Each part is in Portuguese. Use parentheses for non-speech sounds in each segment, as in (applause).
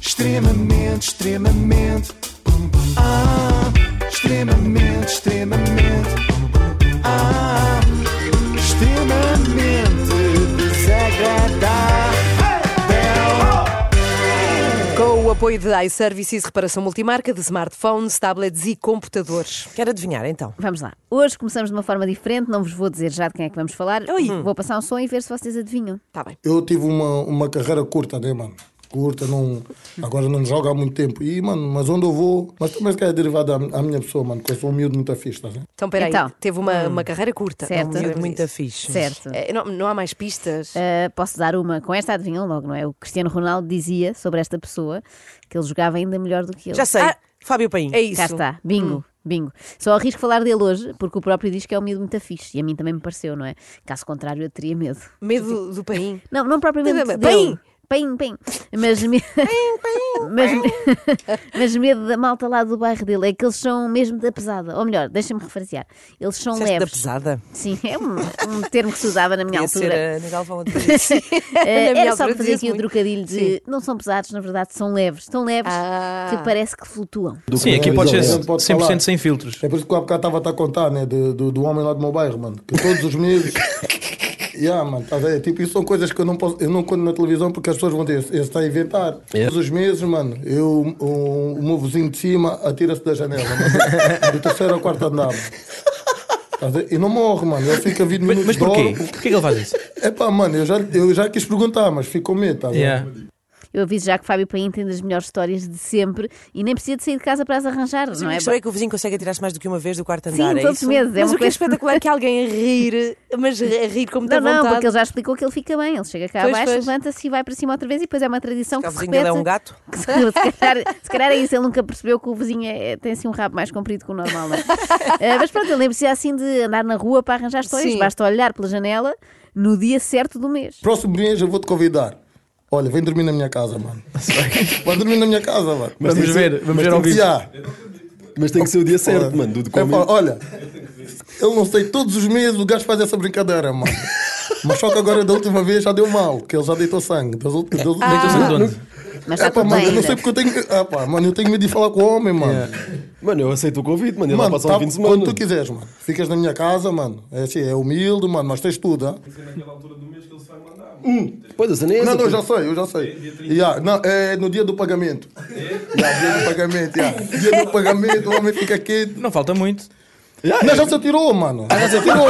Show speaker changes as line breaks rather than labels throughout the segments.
Extremamente, extremamente. Ah, extremamente, extremamente. Ah, extremamente desagradável.
Com o apoio de iServices, reparação multimarca de smartphones, tablets e computadores.
Quero adivinhar então.
Vamos lá. Hoje começamos de uma forma diferente, não vos vou dizer já de quem é que vamos falar. Vou passar um som e ver se vocês adivinham.
Está Tá bem.
Eu tive uma, uma carreira curta, né, mano? Curta, não, agora não jogo há muito tempo. E, mano, mas onde eu vou. Mas também se calhar é derivado à, à minha pessoa, mano, que eu sou um miúdo muito afista, né?
Então, peraí,
Então.
teve uma, uma carreira curta.
Certo.
Não me lembro
É um Muito
disso.
fixe.
Certo.
Eh, não, não há mais pistas?
Uh, posso dar uma. Com esta adivinham logo, não é? O Cristiano Ronaldo dizia sobre esta pessoa que ele jogava ainda melhor do que ele.
Já sei. Hum.
Ah.
Fábio Paim.
É isso.
Cá está. Bingo. Bingo. Só arrisco falar dele hoje, porque o próprio diz que é um miúdo muito fixe. E a mim também me pareceu, não é? Caso contrário, eu teria medo.
Medo do paim.
Não, não propriamente
Paim!
dele. Paim, paim. Mas, me... (laughs) mas, mas medo da malta lá do bairro dele. É que eles são mesmo da pesada. Ou melhor, deixa-me refrasear. Eles são
Disseste da
leves.
pesada.
Sim, é um, um termo que se usava na minha
Podia
altura.
ser a Ana Galvão. outra vez.
(laughs)
(laughs)
Eh,
minha
era só
altura
para fazer aqui
dizia-se
um
muito.
trocadilho de não são pesados, na verdade são leves. Tão leves
Ah.
que parece que flutuam.
Sim, aqui
Mas
pode ser
a gente pode
100%
falar.
sem filtros.
É por isso que eu há bocado estava a te contar, né? de- do, do homem lá do meu bairro, mano. Que todos os
(laughs)
meses. Yeah, mano, estás a ver? Tipo, isso são coisas que eu não posso. Eu não conto na televisão porque as pessoas vão dizer, esse está a inventar.
É.
Todos os meses, mano, eu, o, o meu vizinho de cima atira-se da janela,
(laughs)
mano. Do terceiro ao quarto andar. mano. Estás a ver? E não morre, mano. Ele fica 20
Mas,
minutos
mas
de
porquê?
hora.
Porquê que ele faz isso?
É pá, mano, eu já, eu já quis perguntar, mas fico com medo, estás a ver?
Yeah.
Eu aviso já que Fábio Paim tem das melhores histórias de sempre e nem precisa de sair de casa para as arranjar, não
Não
é?
é bem que o vizinho consegue atirar-se mais do que uma vez do quarto
Sim,
andar. é
todos os
isso?
meses. É
Mas o que
uma
é
coisa...
espetacular é que alguém a rir, mas a rir com muita
Não, não,
vontade.
porque ele já explicou que ele fica bem. Ele chega cá
Pois,
abaixo,
pois.
levanta-se e vai para cima outra vez e depois é uma tradição
O
que se
vizinho
repete.
dele é um gato.
que (laughs) se, se calhar, se calhar é isso, ele nunca percebeu que o vizinho é- é- tem assim um rabo mais comprido que o normal,
(laughs)
não é? Eh, Mas pronto, ele nem precisa assim de andar na rua para arranjar histórias,
Sim.
basta olhar pela janela no dia certo do mês.
Próximo mês eu vou te convidar. Olha, vem dormir na minha casa, mano. Vai dormir na minha casa, mano.
Mas
tem
vamos
que
ver,
ser-
vamos
mas
ver
tem
ao
que
vivo.
ser, ah,
Mas tem que ser o dia certo, mano. Do, do
é pá,
convite.
olha, eu não sei, todos os meses o gajo faz essa brincadeira, mano. Mas só que agora da última vez já deu mal, que ele já deitou sangue. Das ult- das ult-
Então, sabe de onde?
Mas
É
está
pá,
tudo
mano,
bem
eu não
ainda.
sei porque eu tenho. Ah, pá, mano, eu tenho medo de falar com o homem, mano.
Mano, eu aceito o convite, mano. Ele vai
Mano,
passar
tá-
o fim de semana.
quando tu quiseres, mano. Ficas na minha casa, mano. É assim, é humilde, mano, mas tens tudo, ah.
Pois, a cena é essa.
Não, não, eu
tu-
já sei, eu já sei. Yeah, não, é no dia do pagamento. Yeah, dia do pagamento, yeah. Dia do pagamento, o homem fica quente.
Não falta muito.
Não,
é.
já se atirou, mano. Já se
(laughs)
atirou.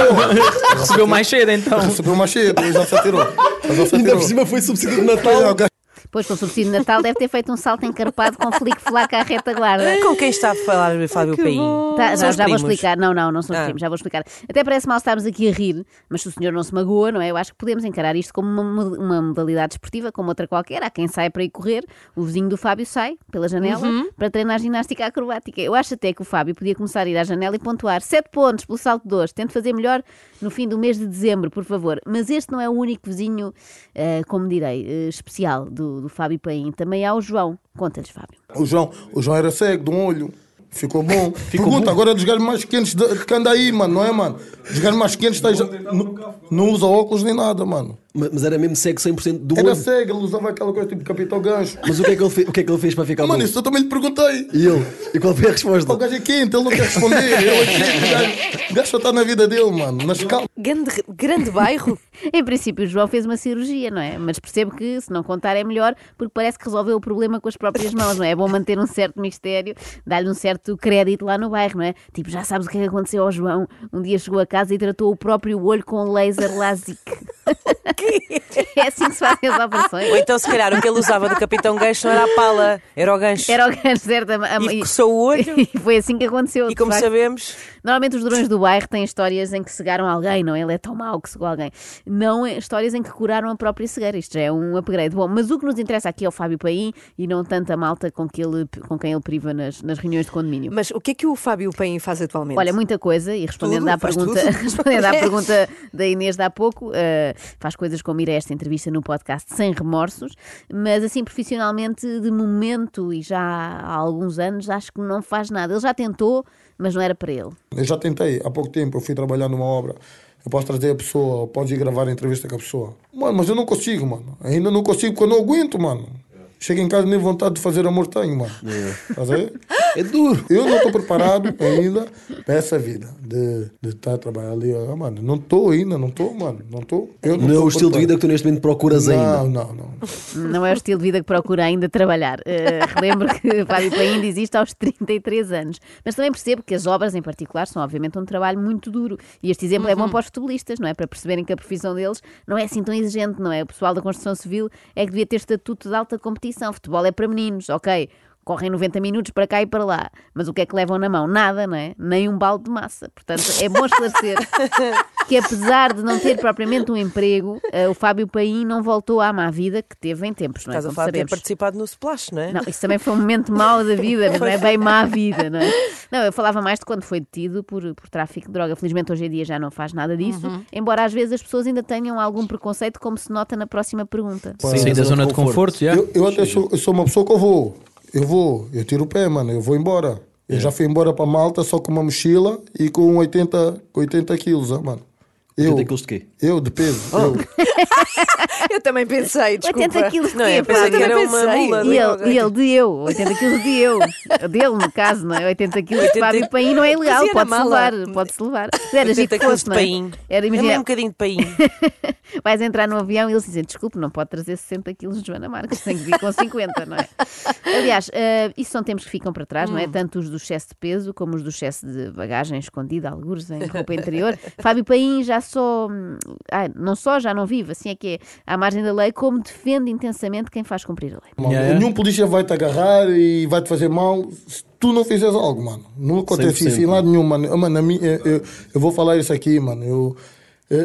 Recebeu mais cedo então.
Recebeu uma cheia, já se atirou. Já se
(laughs) Ainda
atirou.
por cima foi subsídio de
Yeah, o
Natal.
gajo-
Pois com o subsídio de Natal deve ter feito um salto encarpado com flic-flac à reta guarda.
Com quem está a falar Fábio Paim?
Tá,
São
já,
os
já vou
primos.
explicar. Não, não, não são os
Ah.
primos, já vou explicar. Até parece mal estarmos aqui a rir, mas se o senhor não se magoa, não é? Eu acho que podemos encarar isto como uma, mo- uma modalidade desportiva, como outra qualquer. Há quem sai para ir correr, o vizinho do Fábio sai pela janela
Uhum.
para treinar ginástica acrobática. Eu acho até que o Fábio podia começar a ir à janela e pontuar 7 pontos pelo salto de hoje. Tento fazer melhor no fim do mês de dezembro, por favor. Mas este não é o único vizinho, eh, como direi, eh, especial do, do Fábio Paim. Também há o João. Conta-lhes, Fábio.
O João, o João era cego de um olho. Ficou bom. Pergunta, agora dos galhos mais quentes de, de que anda aí, mano, não é, mano? Dos galhos mais quentes, tá, já, não, não usa óculos nem nada, mano.
Mas mas era mesmo cego 100% do
Era
olho.
cego, ele usava aquela coisa tipo capitão gancho.
Mas o que, é que ele fez, o que é que ele fez para ficar
Mano,
bom?
isso eu também lhe perguntei.
E ele? E qual foi a
O
resposta?
gajo é quente, ele não quer responder. Ele é quente, o gajo- o gajo só está na vida dele, mano. Mas calma.
Grande, grande bairro.
Em princípio, o João fez uma cirurgia, não é? Mas percebo que, se não contar, é melhor, porque parece que resolveu o problema com as próprias mãos, não é? É bom manter um certo mistério, dar-lhe um certo crédito lá no bairro, não é? Tipo, já sabes o que é que aconteceu ao João. Um dia chegou a casa e tratou o próprio olho com um laser
(laughs)
LASIK. é assim que se fazem as
Ou
operações.
então, se calhar, o que ele usava do Capitão Gancho não era a pala, era o gancho.
Era o gancho, certo? A- a-
E coçou o olho,
(laughs) E foi assim que aconteceu.
e
de
como
facto.
sabemos,
Normalmente os durões do bairro têm histórias em que cegaram alguém, não é? Ele é tão mau que cegou alguém. Não é histórias em que curaram a própria cegueira. Isto já é um upgrade. Bom, mas o que nos interessa aqui é o Fábio Paim e não tanto a malta com, que ele, com quem ele priva nas, nas reuniões de condomínio.
Mas o que é que o Fábio Paim faz atualmente?
Olha, muita coisa, e respondendo,
Tudo,
à,
faz
pergunta, (laughs)
tudo.
respondendo
(laughs)
à pergunta da Inês de há pouco, eh, faz coisas como ir a esta entrevista no podcast sem remorsos, mas assim, profissionalmente, de momento e já há alguns anos, acho que não faz nada. Ele já tentou, mas não era para ele.
Eu já tentei há pouco tempo, eu fui trabalhar numa obra. Eu posso trazer a pessoa, podes ir gravar a entrevista com a pessoa. Mano, mas eu não consigo, mano. Ainda não consigo porque eu não aguento, mano. Chego em casa nem vontade de fazer amor tenho, mano. Estás a ver?
É duro.
Eu não estou preparado ainda para essa vida de de estar a trabalhar ali. Ah, mano, não estou ainda, não estou, mano. Não estou.
Não é o estilo de vida que tu neste momento procuras ainda.
Não, não, não.
Não é o estilo de vida que procura ainda trabalhar. Eh, relembro que Fábio Paim existe aos 33 anos. Mas também percebo que as obras, em particular, são obviamente um trabalho muito duro. E este exemplo é bom para os futebolistas, não é? Para perceberem que a profissão deles não é assim tão exigente, não é? O pessoal da construção civil é que devia ter estatuto de alta competição. Futebol é para meninos, ok. Correm 90 minutos para cá e para lá. Mas o que é que levam na mão? Nada, não é? Nem um balde de massa. Portanto, é bom esclarecer que apesar de não ter propriamente um emprego, eh, o Fábio Paim não voltou à má vida que teve em tempos, não é?
Estás a
Como
falar de ter
sabemos.
participado no Splash, não é?
Não, isso também foi um momento mau da vida, mas não é bem má vida, não é? Não, eu falava mais de quando foi detido por, por tráfico de droga. Felizmente hoje em dia já não faz nada disso,
Uhum.
embora às vezes as pessoas ainda tenham algum preconceito, como se nota na próxima pergunta.
Sair da zona de conforto,
É?
já.
Eu, eu até sou, eu sou uma pessoa que eu vou. Eu vou, eu tiro o pé, mano, eu vou embora. Eu
É.
já fui embora para Malta só com uma mochila e com 80, com 80 quilos, ah, mano. Eu,
80 quilos de quê? Ah.
eu de peso. Eu,
Eu também pensei, desculpa.
80 quilos de
Não,
quê,
eu pensei
pá?
que
Eu
era
também
uma
pensei.
mula de
E ele,
alguém.
e ele de eu, 80 quilos de eu. Dele, no caso, não é? 80 quilos de
80
Fábio Paim não é ilegal,
Mas era
pode-se
mala.
levar, pode-se levar. Era giro
80
que
quilos
fosse,
de
não é?
um painho.
Era,
Também um
imagina,
bocadinho de
(laughs)
painho.
Vais entrar no avião e eles dizem: desculpe, não pode trazer 60 quilos de Joana Marques, tem que vir com 50,
(laughs)
não é? Aliás, eh, isso são tempos que ficam para trás,
Hum.
não é? Tanto os do excesso de peso como os do excesso de bagagem escondida, algures em
(laughs)
roupa interior. Fábio Paim já só. hum, ai, não só já não vive, assim é que é, à margem da lei, como defende intensamente quem faz cumprir a lei.
mano,
Yeah, yeah.
Nenhum polícia vai te agarrar e vai te fazer mal se tu não fizeres algo, mano. Não acontece isso em
100%.
lado nenhum, mano. Ah, mano a mim, eu, eu, eu vou falar isso aqui, mano. Eu,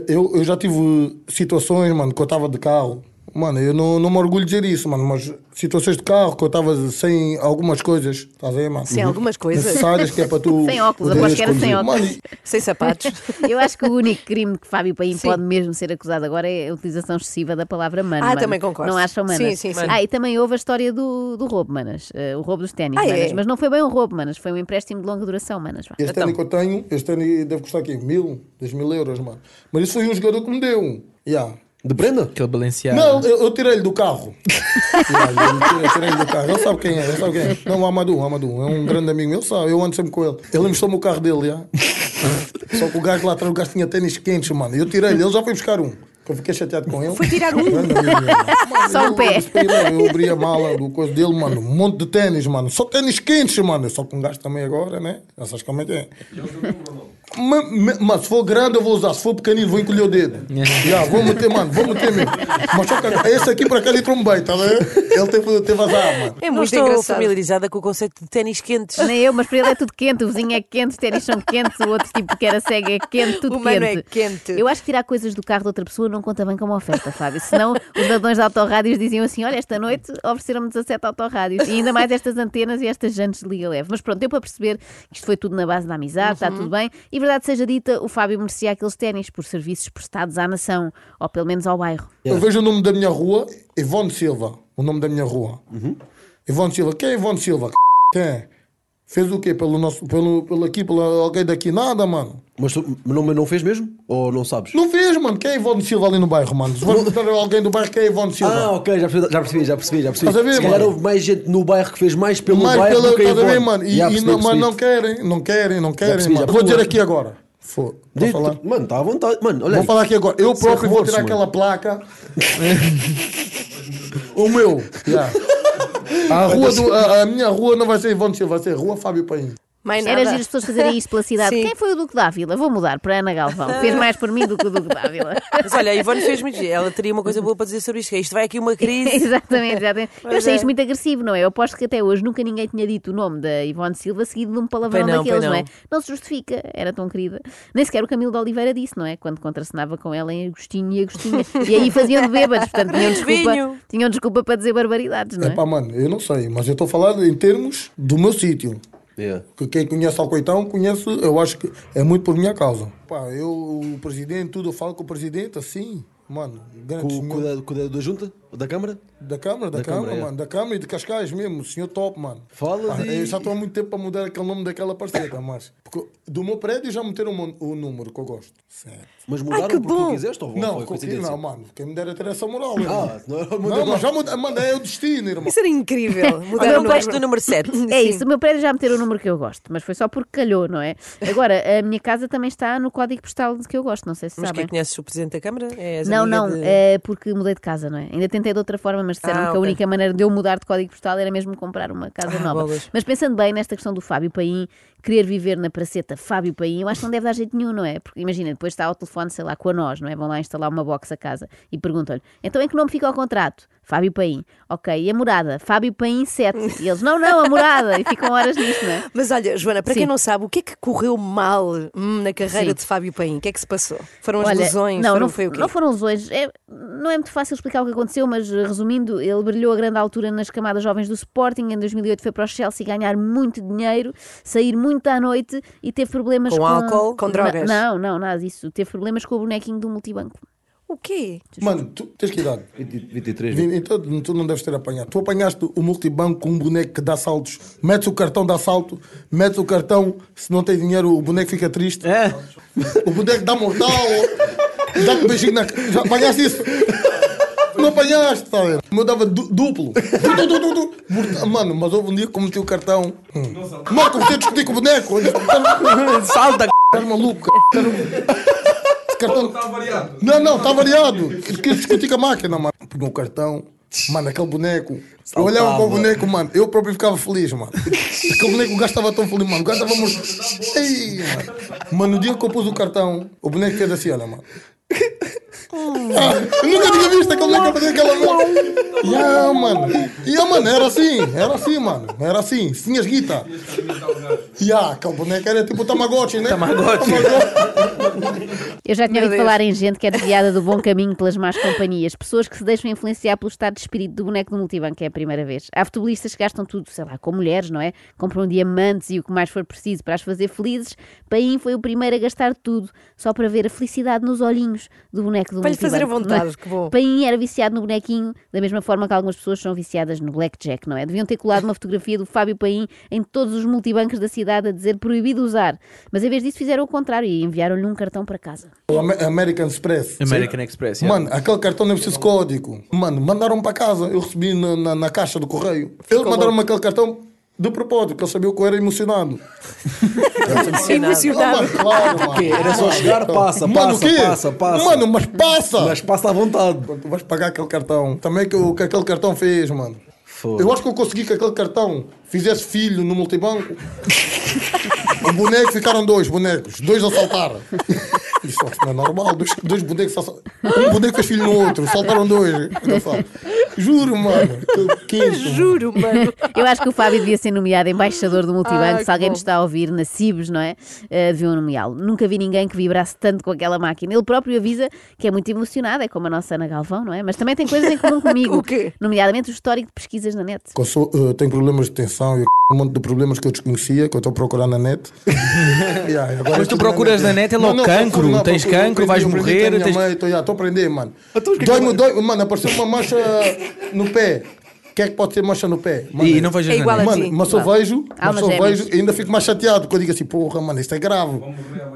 eu, eu já tive situações, mano, que eu estava de carro. Mano, eu não, não me orgulho de dizer isso, mano, mas situações de carro que eu estava sem algumas coisas, estás a ver, mano?
Sem algumas coisas.
Necessárias que é para tu.
(laughs) Sem óculos,
poderes
aposto que era sem
conduzir.
óculos.
Mano,
Sem (laughs) sapatos.
(laughs) Eu acho que o único crime que Fábio Paim
Sim.
pode mesmo ser acusado agora é a utilização excessiva da palavra mano.
Ah,
mano.
também concordo.
Não acham manas?
Sim, sim, sim.
Ah, e também houve a história do, do roubo, manas. Eh, o roubo dos ténis,
Ah, é?
manas. Mas não foi bem um roubo, manas. Foi um empréstimo de longa duração, manas. Vá.
Este
Então,
ano que eu tenho, este ano deve custar aqui mil, dois mil euros, mano. Mas isso foi um jogador que me deu. Yeah.
De prenda?
Aquele Balenciaga.
Não, eu, eu tirei ele do carro. yeah, eu tirei, tirei ele do carro. Ele sabe quem é, ele sabe quem é. Não, o Amadou, o Amadou. É um grande amigo meu, ele sabe, eu ando sempre com ele. Ele emprestou-me o carro dele, yeah. Só que o gajo lá atrás, o gajo tinha tênis quentes, mano. Eu tirei ele, ele já foi buscar um. que Eu fiquei chateado com ele. Foi tirar um?
Só um pé.
Eu abri a mala do coisa dele, mano. Um monte de ténis, mano. Só ténis quentes, mano. Só com um gajo também agora, né? Já sabes como é que é. Ma- ma- Mas se for grande eu vou usar, se for pequenino vou encolher o dedo.
(laughs)
Já, vou meter, mano, vou meter mesmo. Mas só que esse aqui para cá ele entrou bem, tá vendo? Ele teve, teve azar, mano.
É
Não
muito
estou
engraçado.
familiarizada com o conceito de ténis quentes.
nem eu, mas para ele é tudo quente. O vizinho é quente, os ténis são quentes, o outro tipo que era cego é quente, tudo
O humano
quente.
é quente.
Eu acho que tirar coisas do carro de outra pessoa não conta bem como oferta, Fábio. Senão os ladrões de autorrádios diziam assim: olha, esta noite ofereceram-me 17 autorrádios. E ainda mais estas antenas e estas jantes de liga leve. Mas pronto, deu para perceber que isto foi tudo na base da amizade, está
Uhum.
tudo bem. E verdade seja dita, o Fábio merecia aqueles ténis por serviços prestados à nação, ou pelo menos ao bairro.
Eu vejo o nome da minha rua, Ivone Silva. O nome da minha rua.
Uhum.
Ivone Silva. Quem é Ivone Silva? c***? Quem? é? Fez o quê? Pelo nosso, pelo, pelo aqui, pelo alguém daqui? Nada, mano.
Mas tu não, não fez mesmo? Ou não sabes?
Não fez, mano. Quem é Ivone Silva ali no bairro, mano? Se vais botar alguém do bairro, quem é Ivone Silva?
Ah, ok, já percebi, já percebi, já percebi. Já percebi.
Estás a ver,
Se calhar
mano?
houve mais gente no bairro que fez mais pelo
Mas
bairro
pela,
do que
estás a ver,
Ivone.
mano? E,
Já
e
percebi,
não, mas
percebi.
não querem, não querem, não querem,
percebi, já
mano. Vou
percebi.
dizer aqui agora. Fô, vou,
Diz-
falar.
Mano, está à vontade. Mano, olha
vou
aí.
falar aqui agora. Eu
Sem
próprio vou
remorso,
tirar
mano.
aquela placa. o meu. já. A, rua do- a- a minha rua não vai ser Ivone Silva, vai ser Rua Fábio Paim.
Mais É nada.
Era giro as pessoas fazerem isto pela cidade.
(laughs) Sim.
Quem foi o Duque Dávila? Vou mudar para Ana Galvão. Fez mais por mim do que o
(laughs)
Duque Dávila.
Mas olha, a Ivone fez muito. giro. Ela teria uma coisa boa para dizer sobre isto. que é Isto vai aqui uma
(laughs)
(laughs) crise.
exatamente, exatamente. Eu
Pois
achei
é.
isto muito agressivo, não é? Eu aposto que até hoje nunca ninguém tinha dito o nome da Ivone Silva seguido de um palavrão
Pois não,
daqueles,
pois
não. é?
não.
Não se justifica, era tão querida. Nem sequer o Camilo de Oliveira disse, não é? Quando contracenava com ela em Agostinho e Agostinha. E aí faziam de bêbados, portanto
(laughs)
tinham desculpa,
Vinho.
tinham desculpa para dizer barbaridades, não
É
é?
pá, mano, eu não sei, mas eu estou a falar em termos do meu sítio.
Yeah.
Que quem conhece ao Coitão, conhece, eu acho que é muito por minha causa. Pá, eu, o presidente, tudo, eu falo com o presidente assim, mano, grande
Com,
senhor.
com, o da, com o da- da junta? Ou Da câmara?
Da Câmara, da,
Da
Câmara,
Câmara, é.
mano. Da Câmara e de Cascais mesmo, o senhor top, mano.
Fala
Pá,
de-
Eu já estou há muito tempo para mudar aquele nome daquela parceira, mas. Porque do meu prédio já meteram o, mon- o número que eu gosto. Certo.
Mas mudaram
que
porque tu
bom.
quiseste ou
Não,
foi
coquinho
coincidência?
não, mano. Quem me dera ter essa moral.
Ah,
irmão.
não,
não,
mudou.
mas já mudei. Mano, é o destino, irmão.
Isso era (laughs) incrível. Mudar
Olha,
o
eu
número.
gosto do número 7.
É isso, o meu prédio já meteu o número que eu gosto, mas foi só porque calhou, não é? Agora, a minha casa também está no código postal de que eu gosto, não sei se
Mas
sabem.
quem conheces o Presidente da Câmara? É és
Não,
amiga
não,
de-
é porque mudei de casa, não é? Ainda tentei de outra forma, mas disseram
Ah,
que a
ok.
única maneira de eu mudar de código postal era mesmo comprar uma casa
Ah,
nova.
bolas.
Mas pensando bem nesta questão do Fábio Paim, querer viver na praceta Fábio Paim, eu acho que não deve dar jeito nenhum, não é? Porque imagina, depois está ao telefone, sei lá, com a nós, não é? Vão lá instalar uma box a casa e perguntam-lhe: então em que nome fica o contrato? Fábio Paim. Ok, e a morada? Fábio Paim 7. E eles: não, não, a morada. E ficam horas nisto, não é?
Mas olha, Joana, para
Sim.
quem não sabe, o que é que correu mal hum, na carreira
Sim.
de Fábio Paim? O que é que se passou? Foram as
Olha,
lesões?
Não,
Foram-
não,
foi o quê?
não foram lesões. É, não é muito fácil explicar o que aconteceu, mas eh, resumindo, ele brilhou a grande altura nas camadas jovens do Sporting. Em 2008 foi para o Chelsea ganhar muito dinheiro, sair muito à noite e teve problemas
Com
com,
álcool, com
Na-
drogas.
Não, não, nada disso. Teve problemas com o bonequinho do multibanco.
O quê?
Mano, tu tens que idade?
23.
Vini, Então tu não deves ter apanhado. Tu apanhaste o multibanco com um boneco que dá saltos. Metes o cartão, dá salto. Metes o cartão, se não tem dinheiro, o boneco fica triste.
É?
O boneco dá mortal. Dá-te beijinho na. Já apanhaste isso? Não apanhaste, tá a ver? O meu dava du- duplo. Du- du- du- du- du. Morta- Mano, mas houve um dia que cometi o cartão. Hum. Não, comecei a discutir com o boneco. Ele disse,
Salta, c******.
Estás maluco? c******, Era um- Esse cartão... Está variado. Não, não, está variado. Quis discutir com a máquina, mano. Peguei o cartão. Mano, aquele boneco. Eu olhava para o boneco, mano. Eu próprio ficava feliz, mano. Aquele boneco, o gajo estava tão feliz, mano. O gajo estava morto. Ei, mano. Mano, no dia que eu pus o cartão, o boneco fez assim, olha, mano. Ah, eu nunca tinha visto aquele boneco a fazer aquela mão. Yeah, mano. Yeah, mano, era assim, era assim, mano. Era assim. Se tinhas guita. Yeah, aquele boneco era tipo o Tamagotchi, né?
Tamagotchi.
Eu já tinha
Meu
ouvido
Deus.
falar em gente que é desviada do bom caminho pelas más companhias, pessoas que se deixam influenciar pelo estado de espírito do boneco do multibanco, é a primeira vez. Há futebolistas que gastam tudo, sei lá, com mulheres, não é? Compram diamantes e o que mais for preciso para as fazer felizes. Paim foi o primeiro a gastar tudo, só para ver a felicidade nos olhinhos do boneco do
Para lhe
multibanco.
fazer a vontade,
não é?
que bom.
Paim era viciado no bonequinho, da mesma forma que algumas pessoas são viciadas no blackjack, não é? Deviam ter colado uma fotografia do Fábio Paim em todos os multibancos da cidade a dizer proibido usar. Mas em vez disso fizeram o contrário e enviaram-lhe um cartão para casa.
O Amer- American Express.
American Express. yeah.
Mano, aquele cartão não é preciso código. Mano, mandaram para casa. Eu recebi na, na, na caixa do correio. Eles mandaram-me aquele cartão de propósito, porque eles sabiam que eu era emocionado. Ah,
Emocionado.
mano,
(laughs)
claro, mano.
Era só chegar, passa,
Mano, o
passa,
quê?
passa, passa.
Mano, mas passa!
Mas passa à vontade.
Tu vais pagar aquele cartão. Também é que o que aquele cartão fez, mano.
Foda.
Eu acho que eu consegui que aquele cartão fizesse filho no multibanco. (laughs) o boneco ficaram dois bonecos, dois a saltar. (laughs) Isso não é normal, dois, dois bonecos a saltar. Um boneco fez filho no outro, saltaram dois. Atenção. Juro, mano. Que Juro.
Juro,
(laughs)
mano.
Eu acho que o Fábio devia ser nomeado embaixador do multibanco.
Ai, que
Se alguém
bom.
nos está a ouvir na Cibes, não é? Eh, deviam nomeá-lo. Nunca vi ninguém que vibrasse tanto com aquela máquina. Ele próprio avisa que é muito emocionado, é como a nossa Ana Galvão, não é? Mas também tem coisas
(laughs)
em comum comigo,
O quê?
nomeadamente o histórico de pesquisas na net.
Eu sou, eh, tenho problemas de tensão e um monte de problemas que eu desconhecia, que eu estou a procurar na
(laughs)
net. (laughs) Yeah, agora
Mas tu
tudo
procuras na net, é logo
Não, não,
cancro,
procuro, não,
tens
procuro,
cancro,
aprendi,
vais
aprendi
morrer,
com a minha
tens-
mãe, Estou yeah, estou a aprender, mano.
Então, o que é que
Dói-me,
eu-
dói Mano, apareceu uma mancha no pé. O que é que pode ter mancha no pé? Mano,
E não vejas
É igual Ah, é
na
a
net.
Mano,
ti.
mas só vejo, mas
Almas
só
gêmeas.
vejo, e ainda fico mais chateado porque eu digo assim, porra, mano, isto é grave.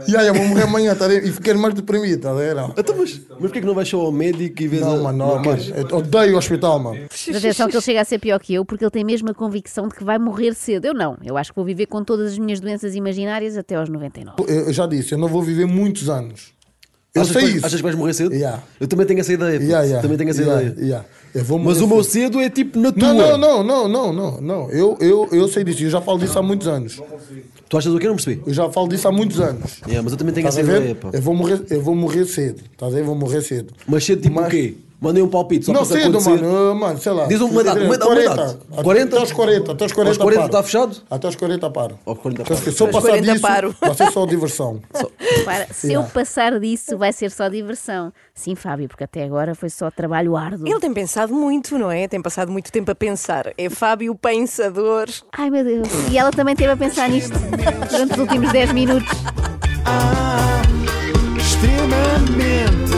E aí, eu vou morrer amanhã, tá a ver? e fiquei mais deprimido, tá a ver? Não,
Então, mas, mas porquê que não vais só ao médico e vês a...
Não, mano, não, mano,
queres?
eu odeio o hospital, mano.
Mas atenção que ele chega a ser pior que eu, porque ele tem mesmo a convicção de que vai morrer cedo. Eu não. Eu acho que vou viver com todas as minhas doenças imaginárias até aos 99.
Eu eu já disse, eu não vou viver muitos anos. Eu
achas,
sei
que vais,
isso.
achas que vais morrer cedo?
Yeah.
Eu também tenho essa ideia. pô.
Yeah, yeah,
Também tenho essa
yeah,
ideia.
yeah. Eu vou
Mas
morrer
o meu
cedo.
cedo é tipo na tua.
Não, não, não, não, não, não, não. Eu, eu, eu sei disso, eu já falo disso há muitos anos.
Tu achas o quê? Não percebi.
Eu já falo disso há muitos anos.
Yeah, mas eu também tenho
Estás
essa
a
ideia,
ver?
pá.
Eu vou morrer, eu vou morrer cedo. Estás a ver? Eu vou morrer cedo.
Mas cedo tipo
Mas-
o quê? Mandei um palpite só
não
para se
cedo,
acontecer.
mano. Ah, mano, sei lá.
Diz uma data, uma data, uma data. 40?
Até aos 40. Até aos 40,
Aos 40
paro.
está fechado?
Até aos 40 paro.
Aos 40
Então,
paro.
Se eu
Aos
passar
40
disso,
paro.
vai ser só diversão.
Para, se eu
Yeah.
passar disso, vai ser só diversão. Sim, Fábio, porque até agora foi só trabalho árduo.
Ele tem pensado muito, não é? Tem passado muito tempo a pensar. É Fábio o Pensador.
Ai meu Deus. E ela também esteve a pensar nisto durante os últimos 10 minutos.
Ah, extremamente